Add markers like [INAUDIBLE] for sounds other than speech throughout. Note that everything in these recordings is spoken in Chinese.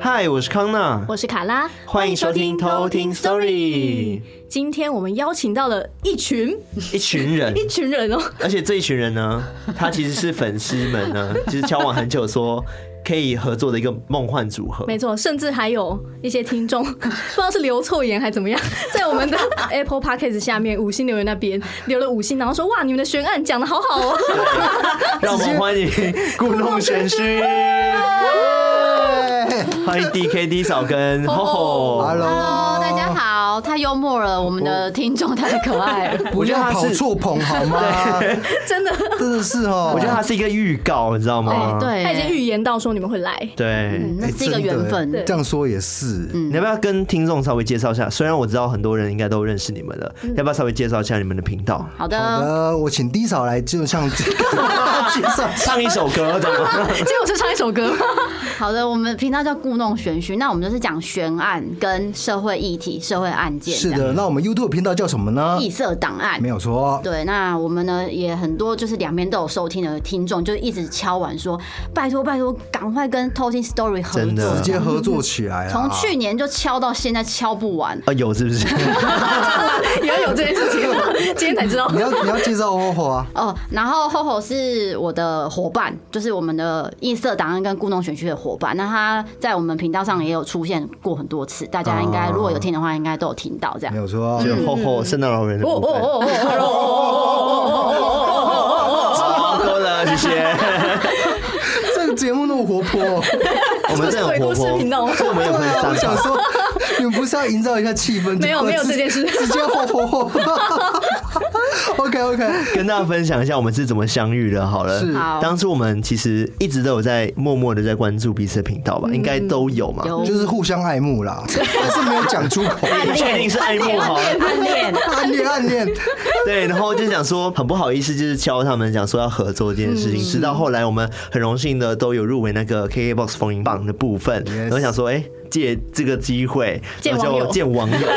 嗨，我是康娜，我是卡拉，欢迎收听偷听 Story。今天我们邀请到了一群一群人，一群人哦，而且这一群人呢，他其实是粉丝们 [LAUGHS] 呢，就是交往很久说可以合作的一个梦幻组合。没错，甚至还有一些听众，不知道是留错言还怎么样，在我们的 Apple Podcast 下面五星留言那边留了五星，然后说哇，你们的悬案讲的好好哦。让我们欢迎故弄玄 [LAUGHS] 虚，欢迎 D K D 嫂 [LAUGHS] 哦跟吼吼。 Hello， Hello，大家好，太幽默了，我们的听众太可爱 [LAUGHS] 了。不要跑错棚好吗？真的，真的是哦，我觉得它是一个预告，你知道吗？对，他已经预言到说你们会来，对嗯，那哎是一个真的缘分。哎这样说也是，你要不要跟听众稍微介绍一下？虽然我知道很多人应该都认识你们了，嗯要不要稍微介绍一下你们的频道？好好的，的，我请 D 嫂来就 [LAUGHS] 像这个介绍一下，唱一首歌的 [LAUGHS] 吗？结果是唱一首歌，好的，我们频道叫故弄玄虚，那我们就是讲悬案跟社会议题、社会案件，是，的，那我们 YouTube 频道叫什么呢？异色档案没。有说，对，那我们呢也很多，就是两边都有收听的听众，就一直敲碗说，拜托拜托，赶快跟偷听 Story 合真的作直。接合作起来啦啊从去年就敲到现在，敲不完。啊，有是不是？原来有这件事情，今天才知道你。要你要介绍 OHO 啊，哦，然后厚厚是我的伙伴，就是我们的异色档案跟故弄玄虚的伙伴。那他在我们频道上也有出现过很多次，大家应该如果有听的话，应该都有听到这样没。有 [LAUGHS] 说，[LAUGHS] 就厚厚圣诞老人的哦部哦分。哦哦哦哦哦哦哦！好多了，谢谢。这个节目那么活泼， [LAUGHS] 我们这很活鬼故事频道泼，所以我们也对啊，会我上想 [LAUGHS] 场。说，你们不是要营造一下气氛？没有就没有直这件事直接 [LAUGHS] [LAUGHS] OK OK，跟大家分享一下我们是怎么相遇的，好了。是好当初我们其实一直都有在默默的在关注彼此的频道吧，应该都有嘛。有就是互相爱 [LAUGHS] 慕啦，但是没有讲出口，你确定是爱慕好？暗恋，暗恋暗恋， [LAUGHS] 对，然后就想说很不好意思，就是敲他们讲说要合作这件事嗯情。直到后来我们很荣幸的都有入围那个 KKBOX 风云榜的部分，然后想说，哎，借这个机会，见然后网友就见网 [LAUGHS] 友。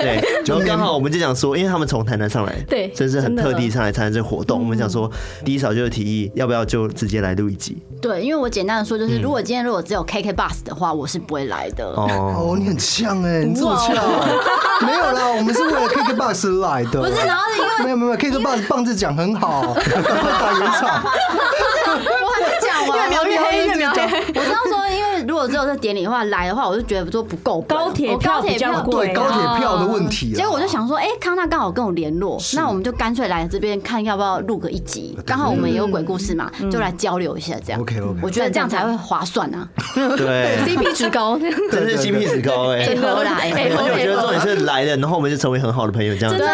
对，然后刚好我们就想说，因为他们从台南上来，对真是很真的嗯特地上来参加这个活动。我们想说，第一嫂就提议，要不要就直接来录一集？对，因为我简单的说，就是如果今天如果只有 KK Bus 的话，我是不会来的。哦， [LAUGHS] 哦，你很呛哎，你这么哦呛啊，没有啦，我们是为了 KKBOX 来的，不是，然后是因为没有没有没有，KKBOX 棒子讲很好，打圆场，我还没讲完， [LAUGHS] 越描越黑我越描越黑我知道说，因为如果只有这典礼的话来的话，我就觉得说不够本高铁我高票铁比较票贵对高铁票的问题啊啊啦，结果我就想说，哎、康纳刚好跟我联络，那我们就干脆来这边看要不要录个一集，啊刚好我们也有鬼故事嘛，就来交流一下这样。 OK，OK 我觉得这样才会划算 [LAUGHS] 啊。对， CP 值高，真是 CP 值高哎、欸。对对合而对且对我觉得重点是来了，然后我们就成为很好的朋友，这样真子，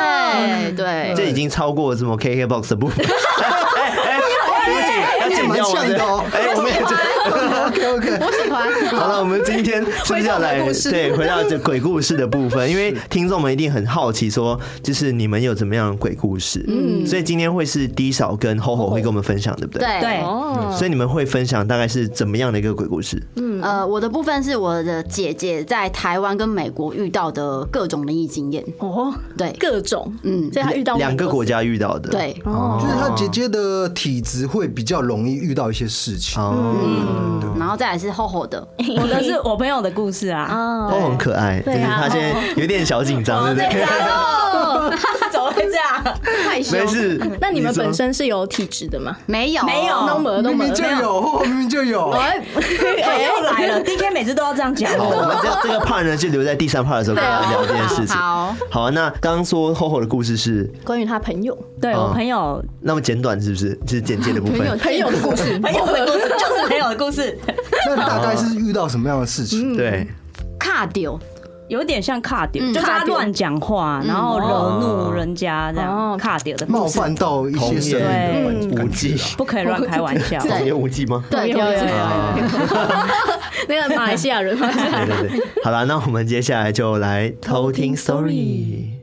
对这对，已经超过什么 KKBOX 的部分。哎哎哎对不起，要剪掉我你也的哎，蛮呛的哦。我们也就 OK OK，我喜欢。好了，我们今天接下回到我们来的故事对回到这鬼故事的部分，因为听众们一定很好奇说，就是你们有怎么样的鬼故事？嗯，所以今天会是 D 嫂跟 Ho Ho 会跟我们分享，对不对？。对，哦，所以你们会分享大概是怎么样的一个鬼故事？呃，我的部分是我的姐姐在台湾跟美国遇到的各种灵异经验。哦，对，各种，嗯所以他遇到两个国家，家遇到的，对，就是他姐姐的体质会比较容易遇到一些事情，哦，嗯然后再来是厚厚的，我的是我朋友的故事啊，都很可爱，就是啊他现在有点小紧张，对不对？怎么会这 [LAUGHS] 样？害羞没事。 [LAUGHS] 那你们说本身是有体质的吗？没有没有都没有，都 [LAUGHS] 明没明就有，明明就有，哎，又来了，DK 每次都要这样讲 [LAUGHS] 好，我我。们这这个 part 呢，就留在第三 part 的时候跟大家聊这件事情。好，好啊。那刚刚说厚厚的故事是关于他朋友，对我朋友，那么简短，是不是？就是简介的部分。朋友的故事，朋友的故 [LAUGHS] 事就是朋友的故事，那大概是遇到什么样的事嗯情？对，卡丢，有点像卡嗯丢，嗯就是卡他丢乱讲话，然后惹怒人家这哦样，卡丢的冒故事，犯到一些生对嗯命的啊无感忌觉，，不可以乱开玩笑。对你有无忌吗？对，有有有有啊， [LAUGHS] 那个马来西亚人，对对对。好啦，那我们接下来就来偷听 story。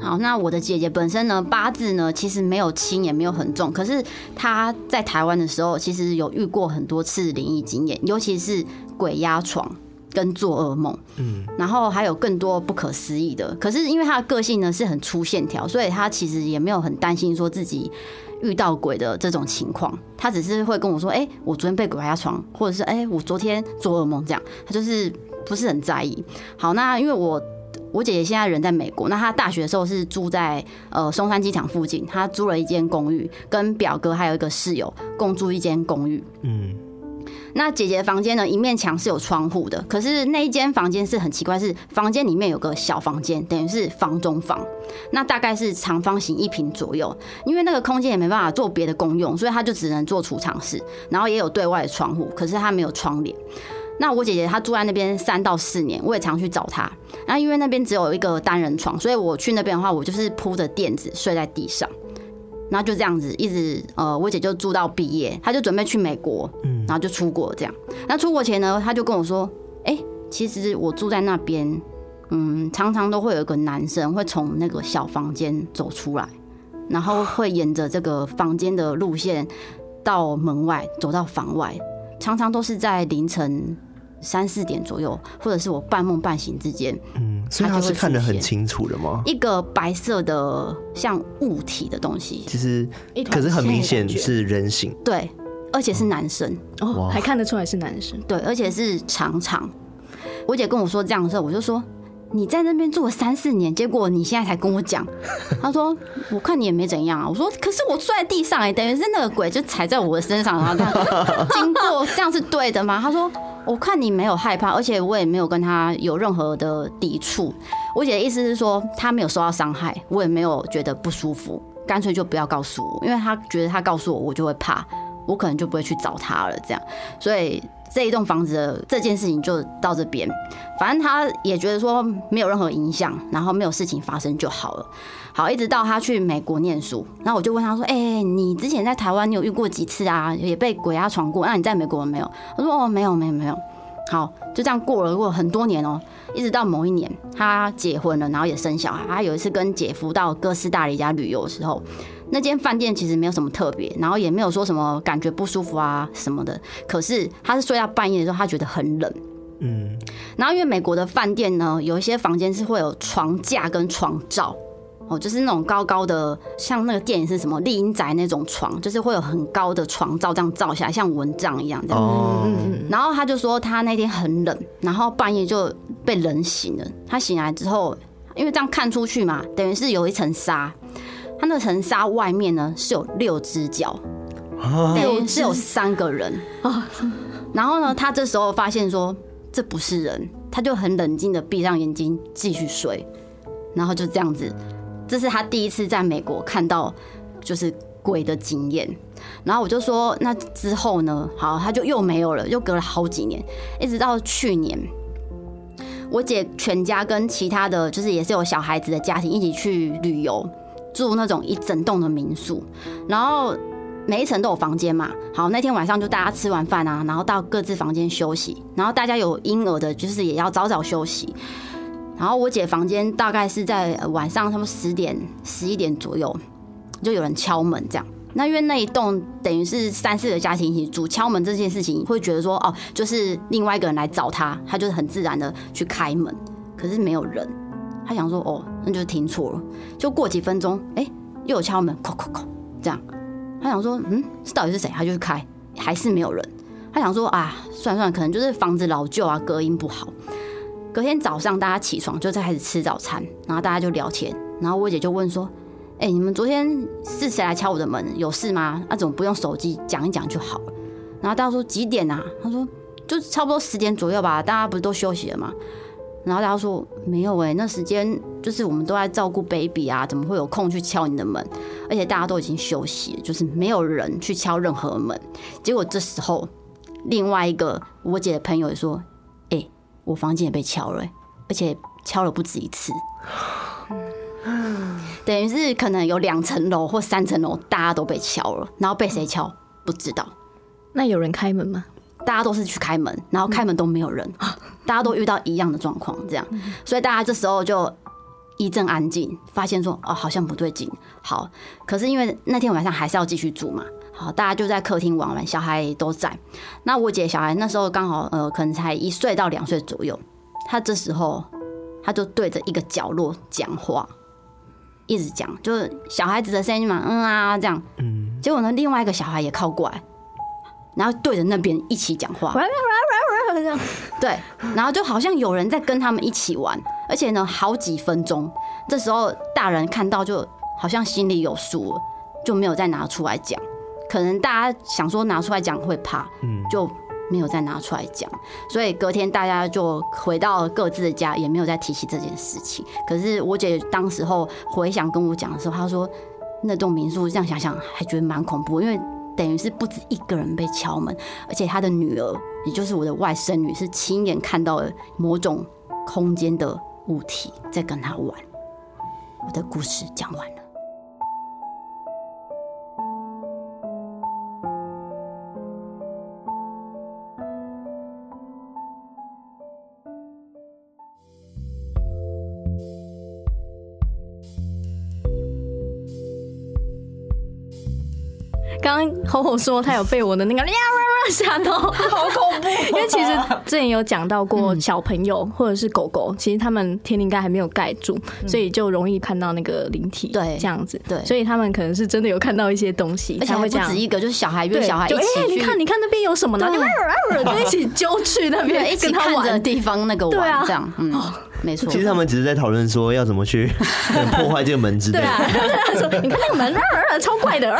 好，好，那我的姐姐本身呢，八字呢其实没有轻，也没有很重，可是她在台湾的时候，其实有遇过很多次灵异经验，尤其是鬼压床。跟做噩梦，嗯，然后还有更多不可思议的。可是因为她的个性呢是很粗线条，所以她其实也没有很担心说自己遇到鬼的这种情况。她只是会跟我说：“哎、我昨天被鬼压床，或者是哎、我昨天做噩梦。”这样，她就是不是很在意。好，那因为我我姐姐现在人在美国，那她大学的时候是住在呃松山机场附近，她租了一间公寓，跟表哥还有一个室友共住一间公寓。嗯，那姐姐的房间呢，一面墙是有窗户的，可是那一间房间是很奇怪，是房间里面有个小房间，等于是房中房，那大概是长方形一平左右，因为那个空间也没办法做别的功用，所以它就只能做储藏室，然后也有对外的窗户，可是它没有窗帘。那我姐姐她住在那边三到四年，我也常去找她。那因为那边只有一个单人床，所以我去那边的话，我就是铺着垫子睡在地上。然后就这样子一直呃，我姐就住到毕业，她就准备去美国，然后就出国这样。那出国前呢，她就跟我说：“哎、其实我住在那边，嗯，常常都会有一个男生会从那个小房间走出来，然后会沿着这个房间的路线到门外，走到房外，常常都是在凌晨三四点左右，或者是我半梦半醒之间，嗯所以它他就是会看得出很现清楚的吗？一个白色的像物体的东西，其实一，团可是很明线显的感觉是人形，对，而且是男生。”哦，哇还看得出来是男生。对，而且是常常。我姐跟我说这样的时候，我就说你在那边住了三四年，结果你现在才跟我讲。她说我看你也没怎样啊。我说可是我睡在地上哎、等于是那个鬼就踩在我的身上，然啊后这样 [LAUGHS] 经过，这样是对的吗？她说我看你没有害怕，而且我也没有跟他有任何的抵触。我姐的意思是说，她没有受到伤害，我也没有觉得不舒服，干脆就不要告诉我，因为她觉得她告诉我，我就会怕，我可能就不会去找她了。这样，所以这一栋房子的这件事情就到这边。反正她也觉得说呃没有任何影响，然后没有事情发生就好了。好，一直到她去美国念书，然后我就问她说：“哎、你之前在台湾你有遇过几次啊？也被鬼压床过？那你在美国有没有？”她说：“哦，没有，没有，没有。”好，就这样过了过了很多年哦、一直到某一年，她结婚了，然后也生小孩。她有一次跟姐夫到哥斯达黎加旅游的时候，那间饭店其实没有什么特别，然后也没有说什么感觉不舒服啊什么的。可是她是睡到半夜的时候，她觉得很冷。嗯，然后因为美国的饭店呢，有一些房间是会有床架跟床罩。哦，就是那种高高的，像那个电影是什么丽英宅那种床，就是会有很高的床罩这样罩下来，像蚊帐一样这样。哦，然后他就说他那天很冷，然后半夜就被冷醒了。他醒来之后，因为这样看出去嘛，等于是有一层纱，他那层纱外面呢是有六只脚，等于是有三个人然后呢，他这时候发现说这不是人，他就很冷静的闭上眼睛继续睡，然后就这样子，这是他第一次在美国看到就是鬼的经验。然后我就说，那之后呢？好，他就又没有了，又隔了好几年，一直到去年，我姐全家跟其他的就是也是有小孩子的家庭一起去旅游，住那种一整栋的民宿，然后每一层都有房间嘛。好，那天晚上就大家吃完饭啊，然后到各自房间休息，然后大家有婴儿的，就是也要早早休息。然后我姐房间大概是在呃晚上差不多十点、十一点左右，就有人敲门这样。那因为那一栋等于是三四个家庭一起住，敲门这件事情会觉得说哦，就是另外一个人来找他，他就是很自然的去开门，可是没有人，他想说哦，那就是听错了。就过几分钟，哎、又有敲门，叩叩叩，这样，他想说嗯，这到底是谁？他就去开，还是没有人。他想说啊，算了算了，可能就是房子老旧啊，隔音不好。隔天早上大家起床就在开始吃早餐，然后大家就聊天，然后我姐就问说：“哎、你们昨天是谁来敲我的门？有事吗？啊那、怎么不用手机讲一讲就好了？”然后大家说几点啊？他说就差不多十点左右吧，大家不是都休息了吗？然后大家说没有哎、那时间就是我们都在照顾 baby 啊，怎么会有空去敲你的门？而且大家都已经休息了，就是没有人去敲任何门。结果这时候，另外一个我姐的朋友也说：“哎、我房间也被敲了、欸，而且敲了不止一次。等于是可能有两层楼或三层楼，大家都被敲了，然后被谁敲不知道，那有人开门吗？大家都是去开门，然 [GASPS] 后开门都没有人，大家都遇到一样的状况，这样，所以大家这时候就一阵安静，发现说哦好像不对劲，好，可是因为那天晚上还是要继续住嘛，好，大家就在客厅玩玩，小孩都在。那我姐小孩那时候刚好呃可能才一岁到两岁左右，她这时候她就对着一个角落讲话，一直讲，就是小孩子的声音嘛，嗯啊这样，嗯，结果呢另外一个小孩也靠过来。然后对着那边一起讲话，这样对，然后就好像有人在跟他们一起玩，而且呢，好几分钟。这时候大人看到就好像心里有数了，就没有再拿出来讲。可能大家想说拿出来讲会怕，就没有再拿出来讲。所以隔天大家就回到各自的家，也没有再提起这件事情。可是我姐当时候回想跟我讲的时候，她说那栋民宿这样想想还觉得蛮恐怖，因为等于是不止一个人被敲门，而且她的女儿，也就是我的外甥女，是亲眼看到了某种空间的物体在跟她玩。我的故事讲完了。刚刚吼吼说他有被我的那个 [LAUGHS] 吓到，好恐怖、 [LAUGHS] 因为其 [LAUGHS] 实之前有讲到过，嗯小朋友或者是狗狗，其实他们天灵盖还没有盖住，所以就容易看到那个灵体，嗯对这样子，对所以他们可能是真的有看到一些东西，而且才还会不这样止。一个，就是小孩约对，小孩一就哎、起你去，啊看，你看那边有什么呢？然后就就一起揪去那边，对，一起跟他看着玩。地方那个对啊玩，这样，嗯，没错。其实他们只是在讨论说要怎么去破坏这个门之类对的。 [LAUGHS] 啊，他说你看那个门，啊超怪的。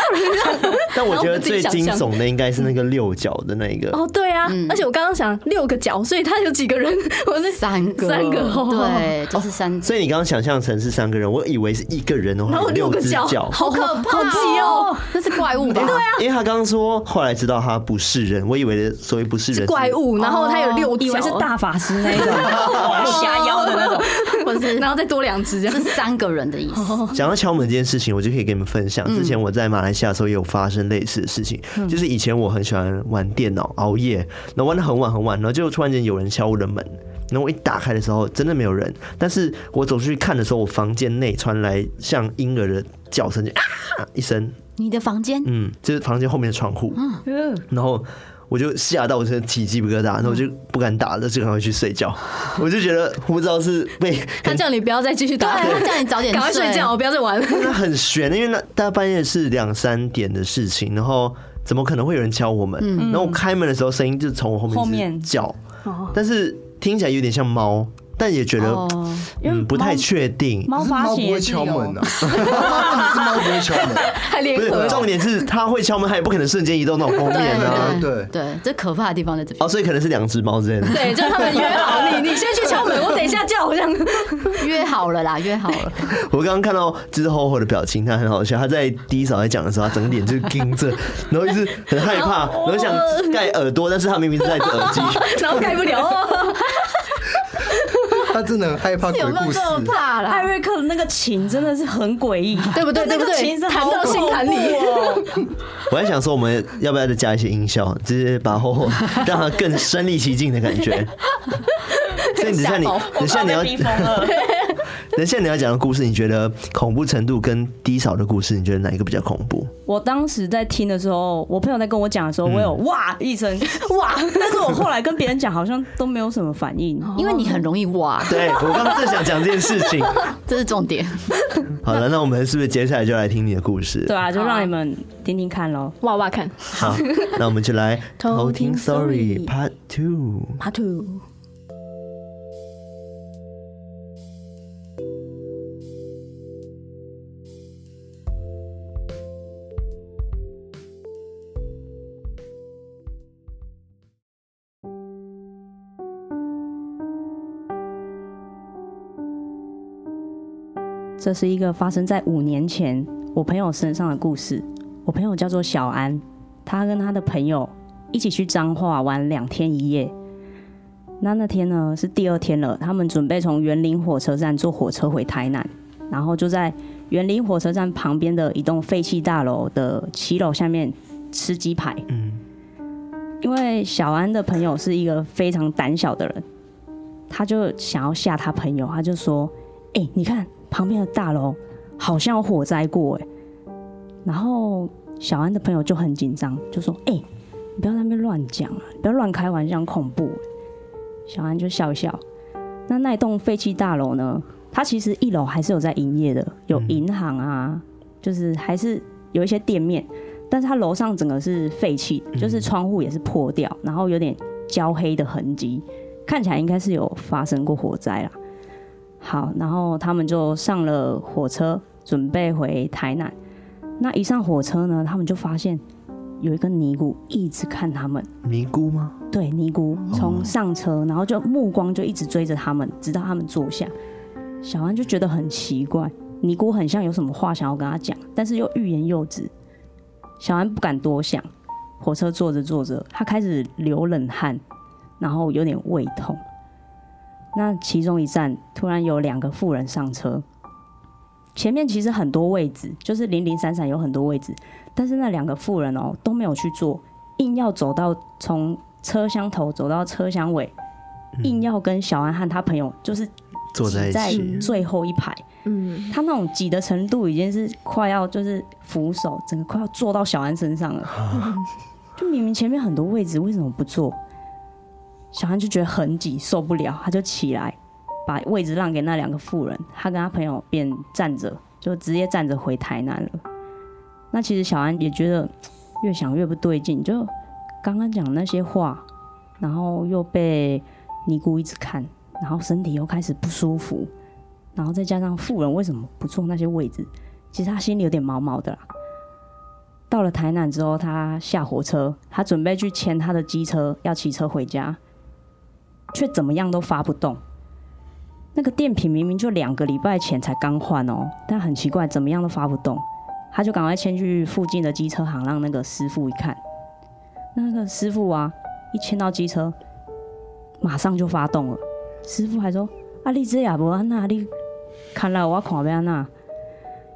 但我觉得最惊然后我悚的应该是那个六角的那一个，哦，对啊，嗯而且我刚刚想六个角，所以他有几个人？我那三个，三个哦对，就是三所以你刚刚想象成是三个人，我以为是一个人的话，然后有六个只角，脚。好可怕、好挤哦，，那是怪物吧？对啊，因为他刚刚说，后来知道他不是人，我以为的所谓不是人是怪，物，然后它有六脚，以为是 [LAUGHS] 大法师那一 [LAUGHS] 种，往下腰的那种。或者是然后再多两只这样是。三个人的意哦思。讲到敲门这件事情，我就可以跟你们分享。之前我在马来西亚的时候也有发生类似的事情，嗯就是以前我很喜欢玩电脑，熬夜，然后玩到很晚很晚，然后就突然间有人敲我的门，然后我一打开的时候真的没有人，但是我走出去看的时候，我房间内传来像婴儿的叫声，就啊一声，你的房间嗯，就是房间后面的窗户，嗯然后我就吓到我真的起鸡皮疙瘩，然后我就不敢打了，就赶快去睡 [LAUGHS] 觉。我就觉得我不知道是被 [LAUGHS] [LAUGHS] 他叫你不要再继续打，对他叫你早点赶快睡睡觉，不要再玩了。 [LAUGHS] 那很悬，因为那大半夜是两三点的事情，然后怎么可能会有人敲我们？然后我开门的时候，声音就从我后面嗯后一直面哦叫，但是听起来有点像猫，但也觉得、哦，因为嗯不太猫确定。猫可是发猫情不会也是敲门有啊，是猫不会敲 [LAUGHS] 门，还联不是合，重点是它会敲门，它也不可能瞬间移动到我后面啊。对对，这可怕的地方在这边哦，。所以可能是两只猫之类的。对，就是他们约好 [LAUGHS] 你，你先去敲门，我等一下叫，这样。 [LAUGHS] 约好了啦，约好了。哦 [LAUGHS] 我刚刚看到就是吼吼的表情，他很好笑。他在第一嫂在讲的时候，他整个脸就是盯着， [LAUGHS] 然后一直很害怕，然后想盖耳朵，但是他明明是戴着耳机。然后盖不了哦。他真的很害怕鬼有没有故事。这么怕艾啦？瑞克的那个琴真的是很诡异，对不对那个对不对琴是好弹到心坎里恐怖哦。我在想说，我们要不要再加一些音效，就是把吼吼让他更身临其境的感觉。所以你等一下你吓等一下你我快要被逼疯了。等一下你要讲的故事，你觉得恐怖程度跟低嫂的故事，你觉得哪一个比较恐怖？我当时在听的时候，我朋友在跟我讲的时候，我有哇一声 [LAUGHS] 哇，但是我后来跟别人讲，好像都没有什么反应。因为你很容易哇，对我刚刚正想讲这件事情。这是重点。好了，那我们是不是接下来就来听你的故事？对啊，就让你们听听看喽。哇哇看好，那我们就来偷偷听听 Story story Part Two。 p a Two，这是一个发生在五年前我朋友身上的故事。我朋友叫做小安，他跟他的朋友一起去彰化玩两天一夜。那那天呢是第二天了，他们准备从园林火车站坐火车回台南，然后就在园林火车站旁边的一栋废弃大楼的骑楼下面吃鸡排。嗯，因为小安的朋友是一个非常胆小的人，他就想要吓他朋友，他就说：“哎、你看旁边的大楼好像有火灾过哎。然后小安的朋友就很紧张，就说：“哎、你不要在那边乱讲啊，你不要乱开玩笑，很恐怖。”小安就笑一笑。那那一栋废弃大楼呢？它其实一楼还是有在营业的，有嗯银行啊，就是还是有一些店面，但是它楼上整个是废弃的，就是窗户也是破掉，然后有点焦黑的痕迹，看起来应该是有发生过火灾啦。好，然后他们就上了火车，准备回台南。那一上火车呢，他们就发现有一个尼姑一直看他们，尼姑吗？对，尼姑从上车，然后就目光就一直追着他们，直到他们坐下。小安就觉得很奇怪，尼姑很像有什么话想要跟他讲，但是又欲言又止。小安不敢多想，火车坐着坐着，他开始流冷汗，然后有点胃痛。那其中一站突然有两个妇人上车，前面其实很多位置，就是零零散散有很多位置，但是那两个妇人哦都没有去坐，硬要走到从车厢头走到车厢尾，硬要跟小安和他朋友就是坐在一挤起，最后一排。嗯，他那种挤的程度已经是快要就是扶手，整个快要坐到小安身上了。啊 [LAUGHS] 就明明前面很多位置，为什么不坐？小安就觉得很挤，受不了，他就起来把位置让给那两个妇人，他跟他朋友便站着，就直接站着回台南了。那其实小安也觉得越想越不对劲，就刚刚讲那些话，然后又被尼姑一直看，然后身体又开始不舒服。然后再加上富人为什么不坐那些位置，其实他心里有点毛毛的啦。到了台南之后，他下火车，他准备去牵他的机车，要骑车回家，却怎么样都发不动。那个电瓶明明就两个礼拜前才刚换哦，但很奇怪，怎么样都发不动。他就赶快牵去附近的机车行，让那个师傅一看。那个师傅啊，一牵到机车，马上就发动了。师傅还说：“啊，你这也无安那，你看来我看要安那。”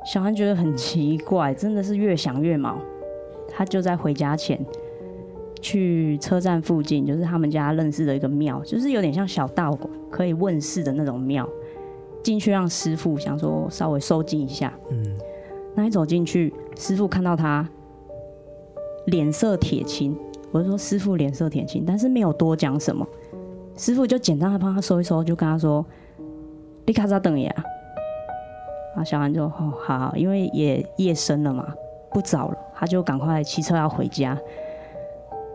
小安觉得很奇怪，真的是越想越毛。他就在回家前去车站附近，就是他们家认识的一个庙，就是有点像小道馆，可以问世的那种庙。进去让师傅想说稍微收紧一下，嗯，那一走进去，师傅看到他脸色铁青，我就说师傅脸色铁青，但是没有多讲什么。师傅就简单的帮他收一收，就跟他说：“你卡扎等呀。”啊，小安就哦好好，因为也夜深了嘛，不早了，他就赶快骑车要回家。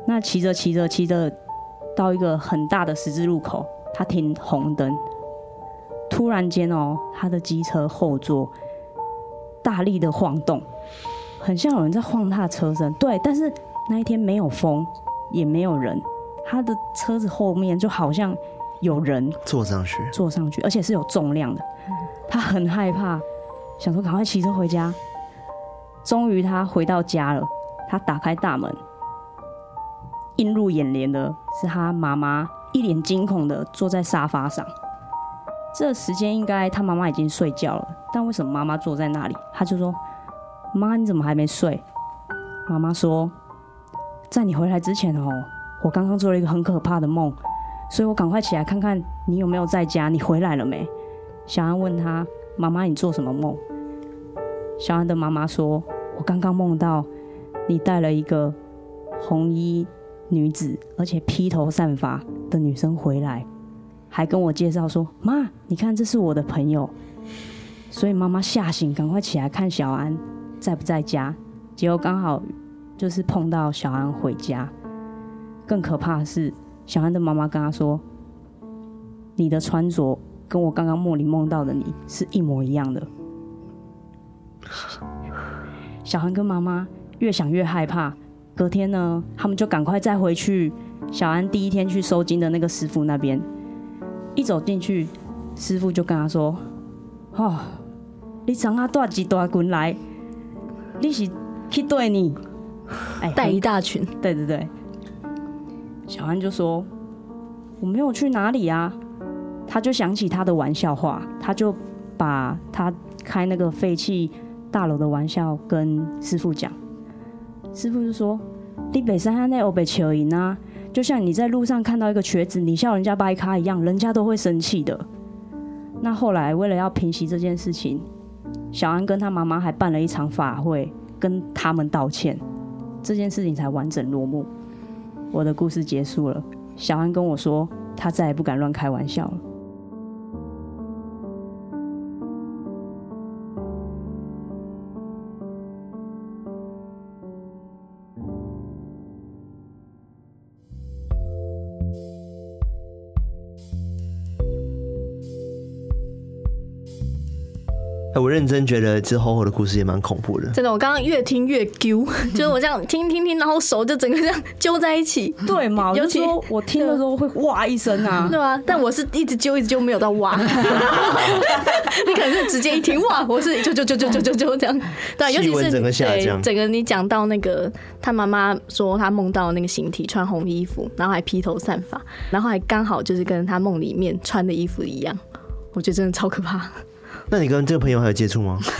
那骑着骑着骑着，到一个很大的十字路口，他停红灯，突然间哦，他的机车后座大力的晃动，很像有人在晃他的车身。对，但是那一天没有风，也没有人，他的车子后面就好像有人坐上去，坐上去，而且是有重量的。他很害怕，想说赶快骑车回家。终于他回到家了，他打开大门，映入眼帘的是他妈妈一脸惊恐的坐在沙发上。这时间应该他妈妈已经睡觉了，但为什么妈妈坐在那里？他就说：“妈，你怎么还没睡？”妈妈说：“在你回来之前哦，我刚刚做了一个很可怕的梦，所以我赶快起来看看你有没有在家，你回来了没？”小安问他：“妈妈，你做什么梦？”小安的妈妈说：“我刚刚梦到你带了一个红衣女子，而且披头散发的女生回来，还跟我介绍说：‘妈，你看这是我的朋友。’所以妈妈吓醒，赶快起来看小安在不在家。结果刚好就是碰到小安回家。更可怕的是，小安的妈妈跟他说：‘你的穿着跟我刚刚梦里梦到的你是一模一样的。小韩跟妈妈越想越害怕，隔天呢，他们就赶快再回去小安第一天去收金的那个师傅那边。一走进去，师傅就跟他说：“哦，你长啊大几大滚来，你是去对你，哎带一大群，对对对，小安就说我没有去哪里啊，他就想起他的玩笑话，他就把他开那个废弃大楼的玩笑跟师傅讲，师傅就说你北山那欧北球赢啊，就像你在路上看到一个瘸子，你笑人家掰咖一样，人家都会生气的。那后来为了要平息这件事情，小安跟他妈妈还办了一场法会，跟他们道歉，这件事情才完整落幕。我的故事结束了。小安跟我说，他再也不敢乱开玩笑了。哎、我认真觉得这吼吼的故事也蛮恐怖的。真的，我刚刚越听越揪，就是我这样听听听，然后手就整个这样揪在一起，对嘛？我尤就其说我听的时候会哇一声 [LAUGHS] 啊对。啊，但我是一直揪一直揪，没有到哇。你可能是直接一听哇，我是揪揪揪揪揪揪揪这样。对，啊尤其气温是整个下对降整个你讲到那个他妈妈说他梦到那个形体穿红衣服，然后还披头散发，然后还刚好就是跟他梦里面穿的衣服一样。我觉得真的超可怕，那你跟这个朋友还有接触吗？从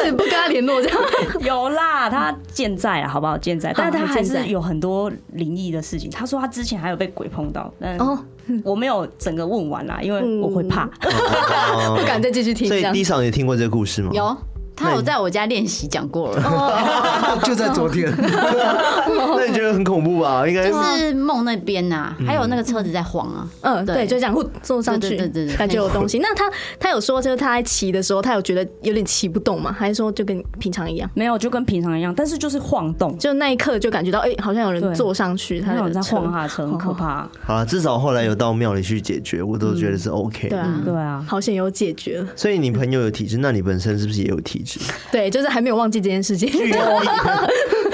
此不跟他联络这样。有啦，他健在啊，好不好？健在，但是他还健在是有很多灵异的事情。他说他之前还有被鬼碰到，但哦，我没有整个问完啦，因为我会怕。哦不敢再继续听所这以样。 D 上也听过这个故事吗？有，他有在我家练习讲过了， [LAUGHS] 就在昨天，那你觉得很恐怖吧？应该就是梦那边呐，嗯还有那个车子在晃 [LAUGHS] 啊，嗯，对，对就这样，呼坐上去，对对对对感觉有东西。那他他有说，就是他在骑的时候，他有觉得有点骑不动嘛，还是说就跟平常一样？没有，就跟平常一样，但是就是晃动，就那一刻就感觉到，哎、好像有人对坐上去，他他有的人在车晃他的车，哦很可怕、好了，至少后来有到庙里去解决，我都觉得是 OK。对啊，对 [LAUGHS] 啊，好险有解决了。所以你朋友有体质，那你本身是不是也有体质？对，就是还没有忘记这件 [LAUGHS] 事情。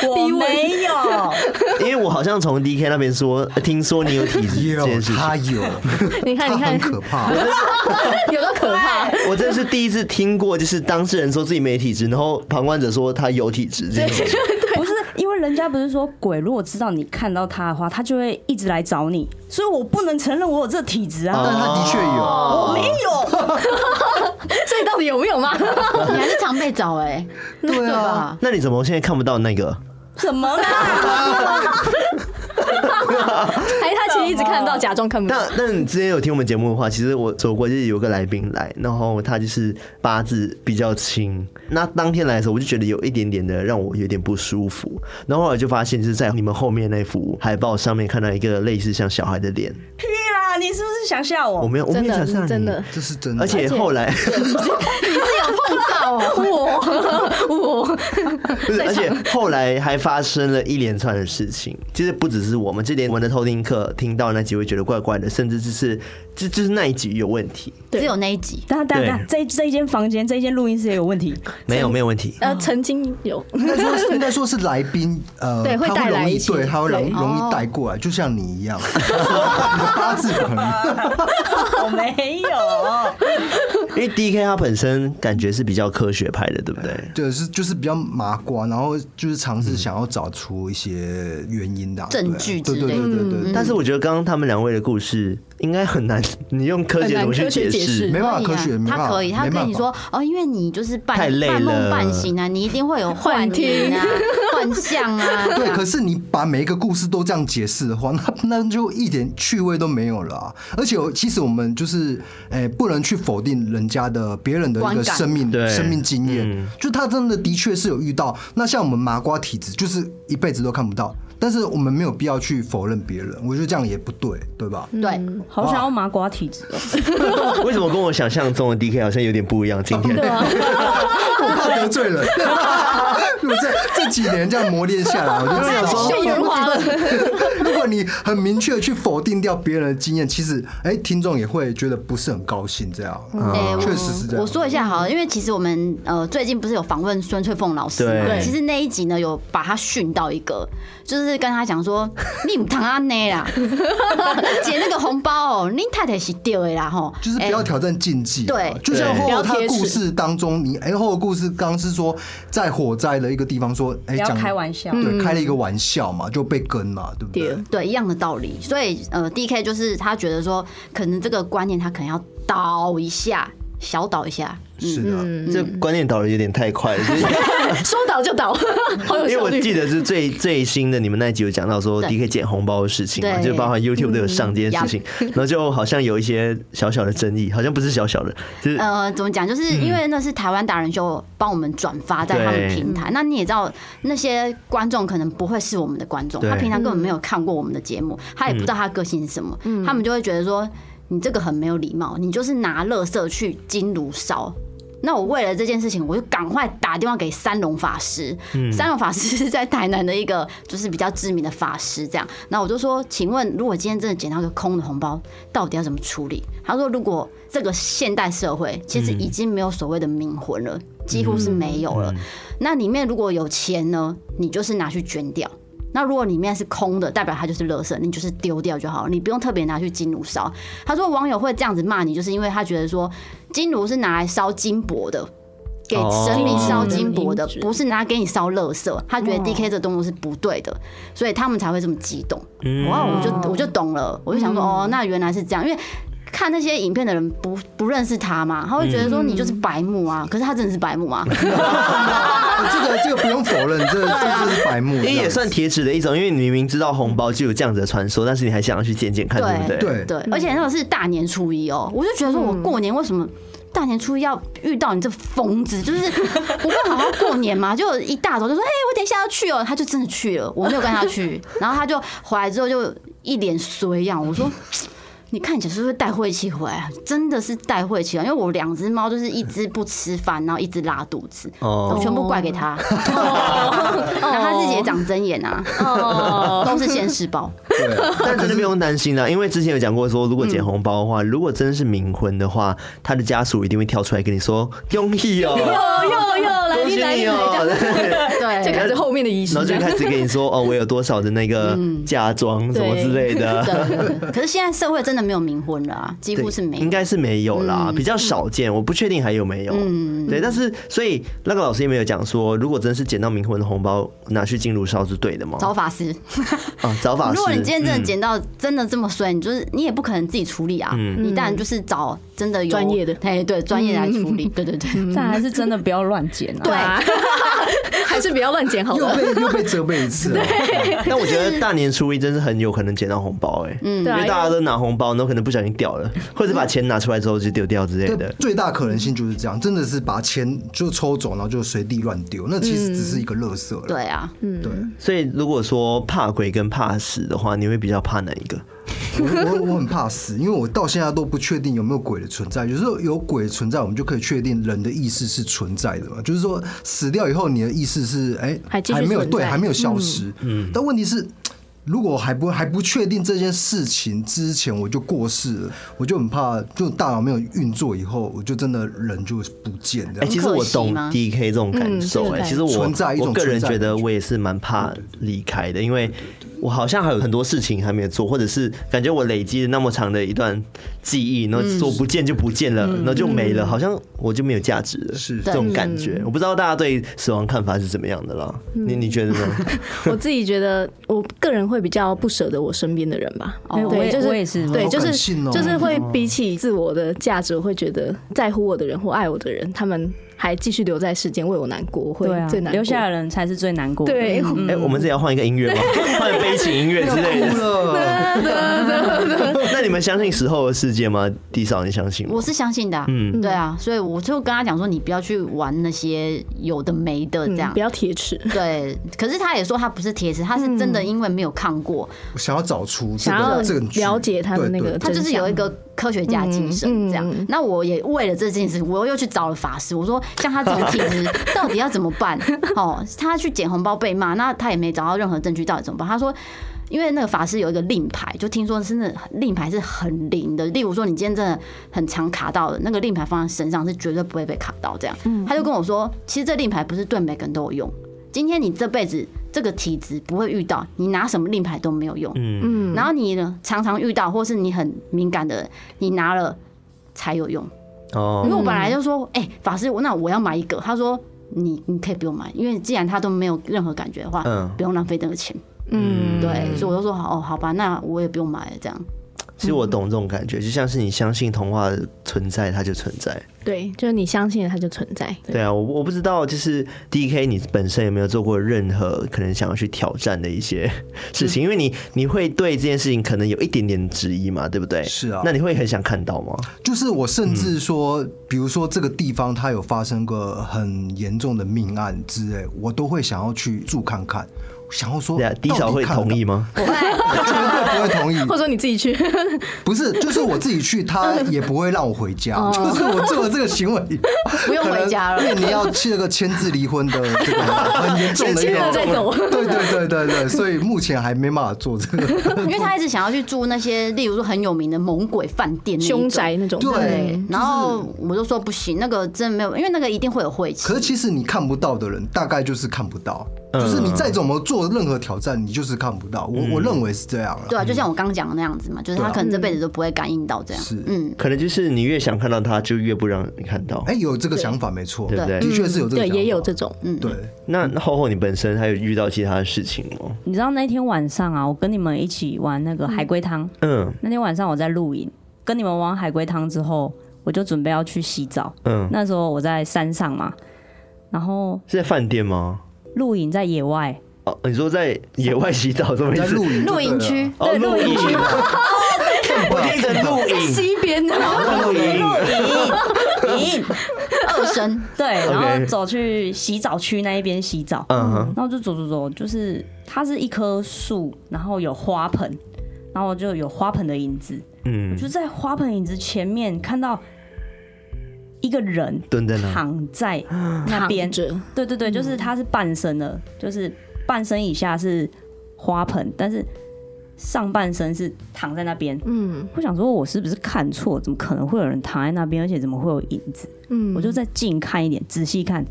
我没有，因为我好像从 DK 那边说，呃听说你有体质这有件事情，他有，你看，他你看很，可怕。哦有多可怕？我真是第一次听过，就是当事人说自己没体质，然后旁观者说他有体质这件事情。 [LAUGHS] 不是因为人家不是说鬼，如果知道你看到他的话，他就会一直来找你，所以我不能承认我有这体质啊。哎但他的确有，我没有，所以到底有没有 [LAUGHS] 嘛？你还是常被找哎，对啊，吧？那你怎么现在看不到那个？怎么 [LAUGHS] 啦？还是他其实一直看到，假装看不到 [LAUGHS] 那。那你之前有听我们节目的话，其实我走过就是有个来宾来，然后他就是八字比较轻，那当天来的时候我就觉得有一点点的让我有点不舒服，然后后来就发现就是在你们后面那幅海报上面看到一个类似像小孩的脸，屁啦！你是不是想吓我？我没有，我真没有的想象是你真的，，这是真的。而且后来我我不是，而且后来还发生了一连串的事情，其实不只是我们，就连我们的偷听课听到那集会觉得怪怪的，甚至就是就就是那一集有问题，对只有那一集，等等等，这这一间房间，这一间录音室也有 [LAUGHS] 问题。没有没有问题，呃，曾经有，应该说是应该说是来宾，呃，对会他带会容来一易起对，他会容对哦容易带过来，就像你 [LAUGHS] 一样，你的八字可能我哦没因有，为 D K 他本身感觉是比较科学派的，对不对？嗯对是就是比较麻瓜，然后就是尝试想要找出一些原因的啊证据对之对类的嗯对对对对，但是我觉得刚刚他们两位的故事应该很难，你用科学怎么去解很难科学解释 [LAUGHS] 释？没可办法以科啊学，没办法他可以，他没跟办你法说哦，因为你就是半太累半了梦半醒啊，你一定会有幻听啊、幻象啊。对，可是是你把每一个故事都这样解释的话， [LAUGHS] 那那就一点趣味都没有了啊、而且我其实我们就是，诶、不能去否定人家的别人的一观个感生命对生命经验，就他真的的确是有遇到。那像我们麻瓜体质，就是一辈子都看不到，但是我们没有必要去否认别人，我觉得这样也不对，对 [LAUGHS] 吧？对，好想要麻瓜体质哦。为什么跟我想象中的 D K 好像有点不一样？今 [LAUGHS] 天啊我怕得罪人。 [LAUGHS] 我这这几年这样磨练下来，我就想说，太圆 [LAUGHS] 滑了。 [LAUGHS] 如果你很明确地去否定掉别人的经验，其实哎、听众也会觉得不是很高兴，这样，啊哎，哦确实是这我样。我说一下好了，因为其实我们呃最近不是有访问孙翠凤老师嘛对，其实那一集呢有把他训到一个，就是跟他讲说你唔躺阿内 [LAUGHS] 啦，姐那个红包哦，你太太是丢的啦吼，哎就是不要挑战禁忌啊、对就像不后要来他贴的齿故事当中，你哎、后的故事刚刚是说在火灾的一个地方说，哎、不要讲开玩笑嗯对，开了一个玩笑嘛，就被跟嘛，对不对对？对一样的道理，所以呃，D K 就是他觉得说，可能这个观念他可能要倒一下，小倒一下，是的，嗯这观念导的有点太快了。就是说倒就倒，好有 [LAUGHS] 因为效我记率。得是 [LAUGHS] 最最新的，你们那一集有讲到说对 DK 捡红包的事情嘛，对就包含 YouTube 都有上这件事情， [LAUGHS] 然后就好像有一些小小的争议，好像不是小小的，就是呃，怎么讲？就是因为那是台湾达人秀帮我们转发在他们对平台，那你也知道，那些观众可能不会是我们的观众，对他平常根本没有看过我们的节目，他也不知道他个性是什么，他们就会觉得说你这个很没有礼貌，你就是拿垃圾去金炉烧。那我为了这件事情，我就赶快打电话给三龙法师。三龙法师是在台南的一个就是比较知名的法师，这样。那我就说，请问如果今天真的捡到一个空的红包，到底要怎么处理？他说，如果这个现代社会其实已经没有所谓的冥魂了，几乎是没有了。那里面如果有钱呢，你就是拿去捐掉。那如果里面是空的，代表它就是垃圾，你就是丢掉就好了，你不用特别拿去金炉烧。他说网友会这样子骂你，就是因为他觉得说金炉是拿来烧金箔的，给神明烧金箔的哦，不是拿给你烧垃圾。他觉得 D K 这动作是不对的，所以他们才会这么激动。哇，我就我就懂了，我就想说，哦，那原来是这样，因为。看那些影片的人不不认识他嘛，他会觉得说你就是白目啊，可是他真的是白目啊，啊这个这个不用否认，这这是白目，因为 [LAUGHS] 也算铁齿的一种，因为你明明知道红包就有这样子的传说，但是你还想要去捡捡看，对不对？对对对，而且那个是大年初一哦，我就觉得说我过年为什么？大年初一要遇到你这疯子，就是我会好好过年嘛？就一大早就说，哎、我等一下要去哦，他就真的去了，我没有跟他去，然后他就回来之后就一脸衰样，我说。你看起来是不是带晦气回来啊？真的是带晦气啊！因为我两只猫就是一只不吃饭，然后一只拉肚子，哦我全部怪给他。 [LAUGHS] 然后他自己也长针眼啊，哦，都是现世报。对，但真的不用担心啦，因为之前有讲过说，如果捡红包的话，如果真是冥婚的话，他的家属一定会跳出来跟你说“恭喜哦，又又又来 [LAUGHS] 恭一喜来你一来，哦”， [LAUGHS] 对对，就开始后面的仪式然后这就样。开始跟你说：“哦，我有多少的那个嫁妆什么之类的。”对， [LAUGHS] 可是现在社会真的没有冥婚了啊，几乎是没有。应该是没有啦，比较少见，我不确定还有没有。嗯，对，但是所以那个老师也没有讲说，如果真是捡到冥婚的红包，拿去金炉烧是对的吗？找法师， [LAUGHS] 啊，找法师。如果你今天真的嗯捡到真的这么衰，你就是你也不可能自己处理啊，嗯你当然就是找真的有专业的哎， [LAUGHS] 对，专业来处嗯理，对对对，但还是真的不要乱捡啊！对， [LAUGHS] 还是不要乱捡好又了。被又被责备一次了，啊 [LAUGHS] 但我觉得大年初一真是很有可能捡到红包哎、嗯，对因啊为大家都拿红包，然后可能不小心掉了，或者把钱拿出来之后就丢掉之类对的。最大可能性就是这样，真的是把钱就抽走，然后就随地乱丢，那其实只是一个垃圾了。对啊，嗯对，所以如果说怕鬼跟怕死的话，你会比较怕哪一个？我我我很怕死，因为我到现在都不确定有没有鬼的存在。有时候有鬼的存在，我们就可以确定人的意识是存在的嘛。就是说死掉以后，你的意识是哎、还继续没有存在对，还没有消失。嗯，但问题是。如果还不还不确定这件事情之前，我就过世了，我就很怕，就大脑没有运作以后，我就真的人就不见这哎、样。其实我可惜懂吗 D K 这种感受哎、嗯其实我存在一种我个人存在觉的得感觉嗯我也是蛮怕离开的，因为我好像还有很多事情还没有做，或者是感觉我累积了那么长的一段记忆，然后嗯说不见就不见了，然后就没了，好像我就没有价值了，是这种感觉。嗯我不知道大家对死亡看法是怎么样的啦，你你觉得呢？ [LAUGHS] 我自己觉得，我个人会比较不舍得我身边的人吧。哎我对，也就是我也是对，好就感是性哦就是会比起自我的价值，我会觉得在乎我的人或爱我的人，他们还继续留在世间为我难过，我会对啊最难，过。留下的嗯人才是最难过的。对，嗯嗯哎、我们这里要换一个音乐 [LAUGHS] 吗？换悲情音乐之类 [LAUGHS] 的。 [LAUGHS] 那你们相信死后的世界吗？地嫂，你相信吗？我是相信的、啊，嗯，对啊，所以我就跟他讲说，你不要去玩那些有的没的这嗯样不。要铁齿，对，可是他也说他不是铁石，他是真嗯的因为没有看过，我想要找出这想要个这个剧了解他的那对对个真他相，就是有一个科学家精神这样。嗯嗯那我也为了这件事，我又去找了法师，我说像他这种体 [LAUGHS] 质到底要怎么办？哦，他去捡红包被骂，那他也没找到任何证据，到底怎么办？他说。因为那个法师有一个令牌，就听说真的令牌是很灵的。例如说，你今天真的很常卡到的，那个令牌放在身上是绝对不会被卡到。这样，嗯他就跟我说，其实这令牌不是对每个人都有用。今天你这辈子这个体质不会遇到，你拿什么令牌都没有用。嗯，然后你呢，常常遇到，或是你很敏感的人，你拿了才有用。因哦，为我本来就说，哎、法师，我那我要买一个。他说，你你可以不用买，因为既然他都没有任何感觉的话，嗯不用浪费那个钱。嗯，对，所以我就说，好哦，好吧，那我也不用买了，这样。嗯其实我懂这种感觉，就像是你相信童话存在，它就存在。对，就是你相信了它就存在。对啊，我我不知道，就是 D K 你本身有没有做过任何可能想要去挑战的一些嗯事情？因为你你会对这件事情可能有一点点质疑嘛，对不对？是啊那你会很想看到吗？就是我甚至说，嗯比如说这个地方它有发生过很严重的命案之类，我都会想要去住看看，想要说对啊，低到嫂底会看得同到意吗？绝对不会同意。或者说你自己去，不是，就是我自己去，他也不会让我回 [LAUGHS] 家。哦就是我做了这个行为，不用回家了可能面临要去那个签字离婚的这个很 [LAUGHS] 严重的一签个了再走对对对对对，所以目前还没办法做 [LAUGHS] 这个。因为他一直想要去住那些，例如说很有名的猛鬼饭店、凶宅。那种，对对，然后我就说不行，那个真的没有，因为那个一定会有晦气可。是其实你看不到的人，大概就是看不到，嗯就是你再怎么做任何挑战，你就是看不到。我我认为是这样了。对啊，就像我刚讲的那样子嘛，就是他嗯对啊可能这辈子都不会感应到这样是。嗯，可能就是你越想看到它，就越不让你看到，哎，有这个想法没错，对不对？的确是有这个对，想法，也有这种。嗯对。那那厚厚，你本身还有遇到其他的事情吗？你知道那天晚上啊，我跟你们一起玩那个海龟汤。嗯那天晚上我在露营，跟你们玩海龟汤之后，我就准备要去洗澡。嗯，那时候我在山上嘛，然后是在饭店吗？露营在 [LAUGHS] 野外，哦，你说在野外洗澡什么意在思？露营就露营对了区，哦，对露露营营， [LAUGHS] 我听成露营，西边的，露营，露营，二声对，然 OK 后走去洗澡区那一边洗澡，嗯哼，然后就走走走，就是它是一棵树，然后有花盆，然后就有花盆的影子，嗯，就在花盆影子前面看到一个人蹲在那，躺在那躺边，着，对对对，就是它是半身的，就是半身以下是花盆，但是上半身是躺在那边。嗯我想说，我是不是看错？怎么可能会有人躺在那边？而且怎么会有影子？嗯，我就再近看一点，仔细看，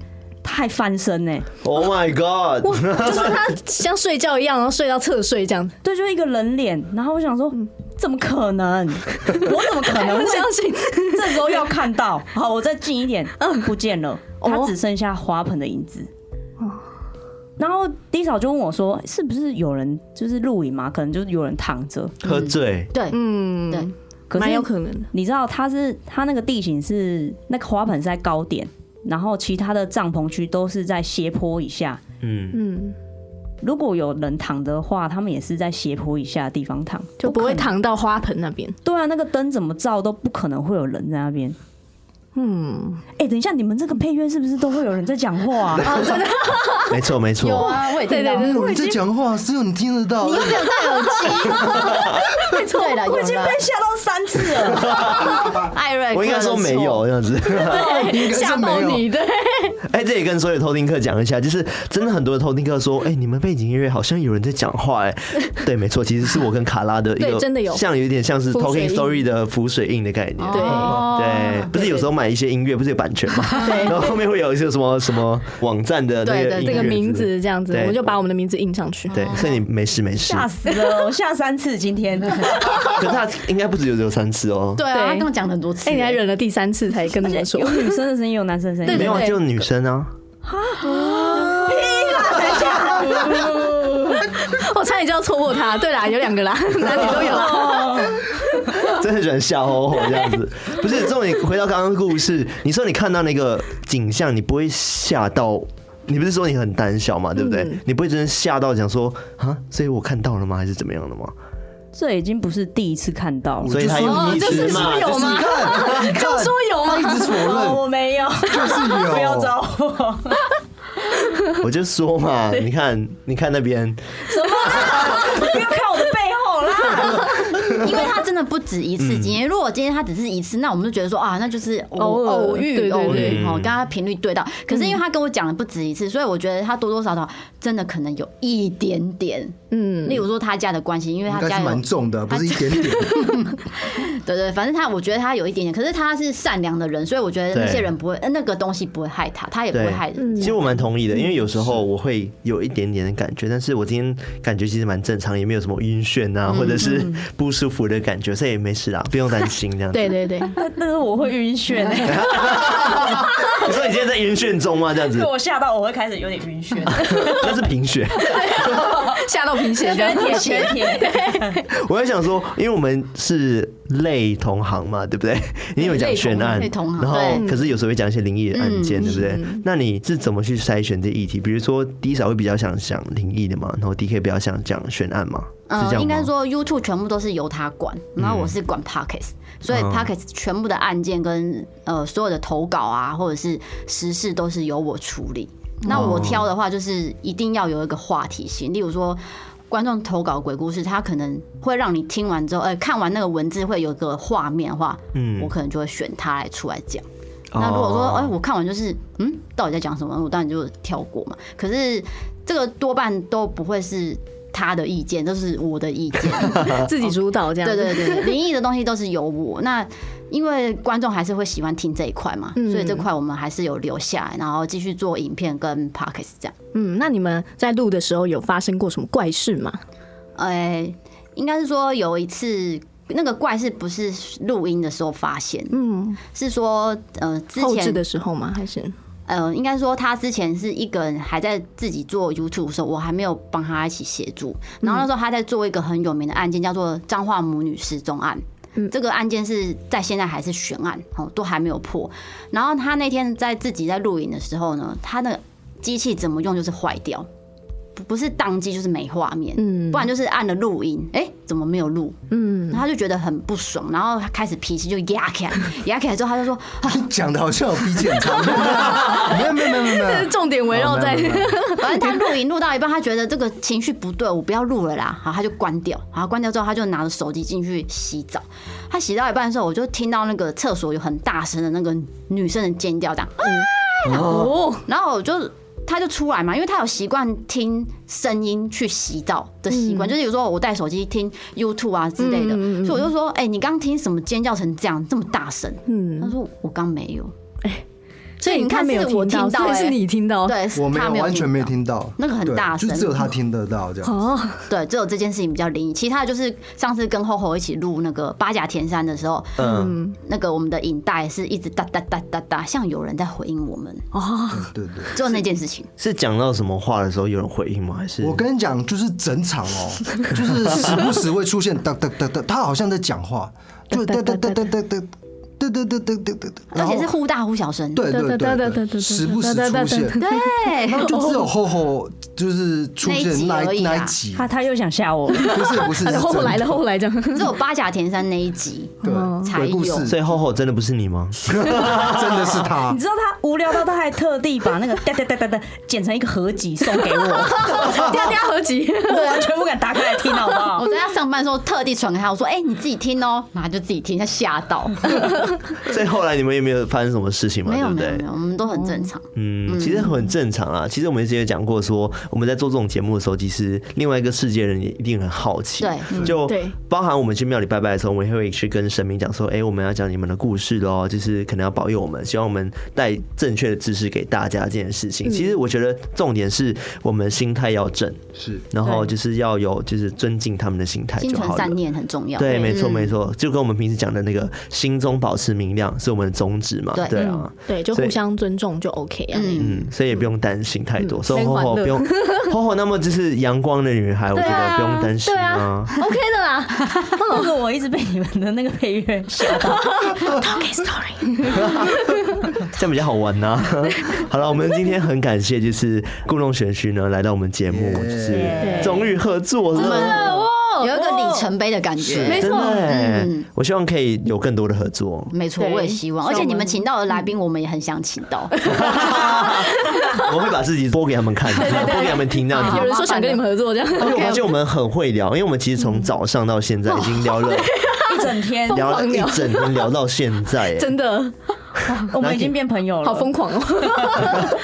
他还翻身呢、 ，Oh my God，就是他像睡觉一样，然后睡到侧睡这样，对，就一个人脸。然后我想说，怎么可 [LAUGHS] 能？我怎么可能不会相信， [LAUGHS] 这时候要看 [LAUGHS] 到？好，我再近一点，嗯，不见了，哦它只剩下花盆的影子。然后 D 嫂就问我说：“是不是有人就是露营嘛？可能就是有人躺着。喝醉，对，嗯，对，可蛮是有可能的，你知道它是它那个地形是那个花盆是在高点，然后其他的帐篷区都是在斜坡以下。嗯，嗯，如果有人躺的话，他们也是在斜坡以下的地方躺，就不会可能。躺到花盆那边，对啊，那个灯怎么照都不可能会有人在那边。嗯，哎、等一下，你们这个配乐是不是都会有人在讲话、 [LAUGHS] 啊？没错没有错，啊，我也听到。没有人在讲话，只有你哎听得到。哎你又没有戴耳机，没错，对了，有我已经了被。吓到三次了。艾瑞克我应该说没有这样子。 [LAUGHS] 哦应该吓是到没有。你，对，哎，这也跟所有偷听客讲一下，就是真的很多的偷听客说，哎，你们背景音乐好像有人在讲话， [LAUGHS] 哎，对，没错，其实是我跟卡拉的一个，对真的有像有点像是浮 Talking 水印 Story 的浮水印的概念，对哦对，不是有时候买一些音乐，不是有版权嘛？ [LAUGHS] 然后后面会有一些什么什么网站的那对个对音这乐个名之类的字这样子，对我们就把我们的名字印上去，对，所以你没事没事。 [LAUGHS] 吓死了，我吓三次今天。而 [LAUGHS] 可是他应该不止有只有三次哦。对啊，对他刚刚讲了很多次。哎，[LAUGHS] 你还忍了第三次才跟他且们说 [LAUGHS] 有，女生的声音，有男生的声音。对没有啊，就女生啊。 [LAUGHS] 我差点就要错过他，对啦，有两个 [LAUGHS] 啦，男女都有啦，真的喜欢笑吼吼这样子。不是，重点回到刚刚的故事，你说你看到那个景象，你不会吓到。你不是说你很胆小嗯嘛，对不对？你不会真的吓到讲说啊，所以我看到了吗？还是怎么样的吗？ [LAUGHS] 这已经不是第一次看到了。所以他就有哦意就识是嘛说，有你吗？看，你看，说有吗？一直否哦，认，我没有，就是有。 [LAUGHS] 不要找我。我就说嘛，你看，你看那边，什么啦？不要看我的背后啦！因为他真的不止一次经嗯验。如果今天他只是一次，那我们就觉得说啊，那就是偶偶尔偶对对遇对偶遇哦，跟他频率对到。可是因为他跟我讲了不止一次，所以我觉得他多多少少真的可能有一点点，嗯，例如说他家的关系，因为应他该家是有蛮重的，不是一点点。 [LAUGHS] 对对，反正他我觉得他有一点点，可是他是善良的人，所以我觉得那对些人不会，呃那个东西不会害他，他也不对会害，嗯人。其实我蛮同意的，因为有时候我会有一点点的感觉，但是我今天感觉其实蛮正常，也没有什么晕眩嗯啊，或者是不舒服的感觉，所以也没事啦，不用担心这样子。对对对，但但是我会晕眩、 [LAUGHS] 欸， [LAUGHS] 你说你现在在晕眩中吗？这样子 [LAUGHS] 对，我吓到我会开始有点晕眩。那是贫血。吓到贫血嗯这样，铁 [LAUGHS] 铁，我在想说，因为我们是类同行嘛，对不对？你有讲悬案类，同行然后对可是有时候会讲一些灵异的案件，嗯对不对？那你是怎么去筛选这议题？比如说 D 嫂会比较想讲灵异的嘛，然后 D K 比较想讲悬案嘛，是这呃，样应该吗？说 YouTube 全部都是由他管，然后我是管 Pockets，、所以嗯 Pockets 全部的案件跟呃所有的投稿啊，或者是时事都是由我处理。嗯那我挑的话，就是一定要有一个话题性，例如说。观众投稿鬼故事，他可能会让你听完之后，呃，看完那个文字会有一个画面的话，嗯我可能就会选它来出来讲。那如果说，哎、哦我看完就是，嗯，到底在讲什么？我当然就跳过嘛。可是这个多半都不会是他的意见，都是我的意 [LAUGHS] 见。自己主导这样对子。对对，对灵异的东西都是由我。那因为观众还是会喜欢听这一块嘛，嗯所以这块我们还是有留下来，然后继续做影片跟 podcast 这样。嗯，那你们在录的时候有发生过什么怪事吗？哎、应该是说有一次。那个怪事不是录音的时候发现，嗯，是说呃之后置前的时候吗？还是呃，应该说他之前是一个人还在自己做 YouTube 的时候，我还没有帮他一起协助。然后那时候他在做一个很有名的案件，叫做彰化母女失踪案。嗯这个案件是在现在还是悬案哦，都还没有破。然后他那天在自己在录影的时候呢，他的机器怎么用就是坏掉，不不是宕机就是没画面，嗯不然就是按了录音，哎、怎么没有录？嗯，然后他就觉得很不爽，然后他开始脾气就压起来，压起来之后他就说讲的好像有逼检 [LAUGHS] 查，没有没有没有没有没有，重点围绕在哦没有没有没有反正他录影录到一半，他觉得这个情绪不对，我不要录了啦，好，他就关掉。然后关掉之后，他就拿着手机进去洗澡。他洗到一半的时候，我就听到那个厕所有很大声的那个女生的尖叫，这样，哦，然后我就。他就出来嘛，因为他有习惯听声音去洗澡的习惯，就是有时候我带手机听 YouTube 啊之类的，嗯嗯嗯嗯所以我就说：“哎、你刚听什么尖叫成这样，这么大声？”他嗯，说：“我刚没有。 [LAUGHS] 所以你看所没以你有看是我到，哎听到所以是欸你听到，对，是我他没有完全没到听到，那个很对大声就只有他听得到这样。哦，对，只有这件事情比较灵异，其他的就是上次跟厚厚一起录那个八甲田山的时候，嗯，那个我们的影带是一直哒哒哒哒哒，像有人在回应我们，嗯对对只有那件事情。是讲到什么话的时候有人回应吗？还是对，我跟你讲，就是整 [LAUGHS] 场哦，就是时不时会出现哒哒哒哒，他好像在讲话，就哒哒哒哒哒哒。哒哒哒哒哒哒，而然后且是忽大忽小声。对对对对对，时不时出现，对， [LAUGHS] 然后就只有厚厚就是出现那哦那一集而已啊那一集，他他又想吓我，不是不是，是后真的来的后来这样， [LAUGHS] 只有八甲田山那一集对才鬼故有。事，所以厚厚真的不是你 [LAUGHS] 吗？真的是他你，知道他无聊到他还特地把那个 [LAUGHS] 哒哒哒哒哒剪成一个合集送给 [LAUGHS] 我，掉掉合集，我完全不敢打开来听，好不好 [LAUGHS] 我？在他上班的时候特地传给他，我说：“哎、你自己听哦。”然后他就自己听，他吓 [LAUGHS] 到。所以后来你们也没有发生什么事情嘛，没对有不没对有没？有，我们都很正常。嗯，其实很正常啊。其实我们之前也讲过说，我们在做这种节目的时候，其实另外一个世界人也一定很好奇。对嗯就对包含我们去庙里拜拜的时候，我们也会去跟神明讲说，哎、我们要讲你们的故事喽，就是可能要保佑我们，希望我们带正确的知识给大家这件事嗯情。其实我觉得重点是我们心态要正，是然后就是要有就是尊敬他们的心态心就存好了善。念很重要。对，没错嗯没错，就跟我们平时讲的那个心中保持明亮是我们的宗旨嘛，对对啊。 [LAUGHS] 对，就所以互相尊重就 OK 啊。嗯，嗯，所以也不用担心太多。嗯所以吼吼非不用，吼吼那么就是阳光的女孩，我觉得不用担心啊。 [LAUGHS] OK 的啦。 [LAUGHS] 那个我一直被你们的那个配乐吓到， OK [LAUGHS] story，这样比较好玩 [LAUGHS] 呐、好了，我们今天很感谢就是故弄玄虚呢来到我们节目，哎就是对终于合作了，有一个里程碑的感觉。没真错的欸嗯。我希望可以有更多的合作。没错，对我也希望，像而且我们你们请到的来宾，我们也很想请到。我会把自己播给他们 [LAUGHS] 看，播给他们听，这样子有。人说想跟你们合作这样啊而且我发，OK，现我们很会聊，因为我们其实从早上到现在已经聊了一整天聊了狂一聊整天，聊到现在， [LAUGHS] 欸 [LAUGHS] 真的我们已经变朋友呃了，好疯狂哦。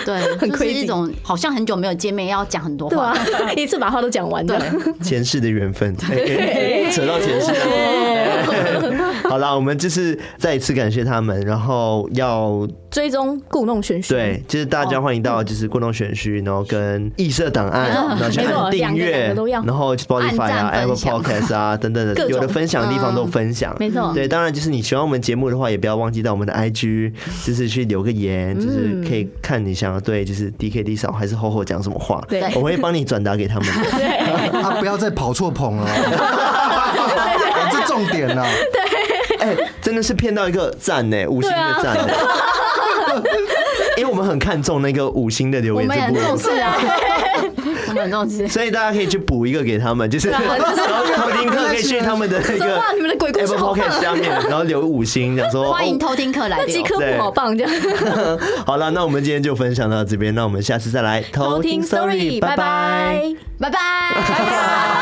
对，很就是一 crazy 种好像很久没有见面，要讲很 [LAUGHS] 多对话 [LAUGHS] 啊。，一次把话都讲完的。 [LAUGHS] É. 前世的缘分，欸欸欸扯到前世。 [LAUGHS] 好啦，我们就是再一次感谢他们，然后要追踪故弄玄虚，对，就是大家欢迎到就是过动选区，然后跟异色档案，嗯然后去没错按订两个两阅个都要，然后 Spotify 啊、按赞 Apple 分享 Podcast 啊等等各的，种嗯有的分享的地方都分享。没错，对，当然就是你喜欢我们节目的话，也不要忘记到我们的 IG，就是去留个言，嗯就是可以看你想要对就是 DKD 嫂还是吼吼讲什么话，对我会帮你转达给他们的。啊，不要再跑错棚了，哦 [LAUGHS] 这重点啊啦。哎，真的是骗到一个赞呢，五星啊的 [LAUGHS] 赞呢。因为我们很看重那个五星的留我言们也这很部重分，视啊，我们很 [LAUGHS] 重视。啊所以大家可以去补一个给他们， [LAUGHS] 就是然后偷听课可以去他们的那说个哇，你们的鬼故事 [LAUGHS] Apple 好棒 Podcast 啊，下面，然后留五星，讲说欢迎哦偷听客来那留集，科对普好棒，这样。好了，那我们今天就分享到这边，那我们下次再来偷听 Sorry， ，sorry，拜拜。拜拜。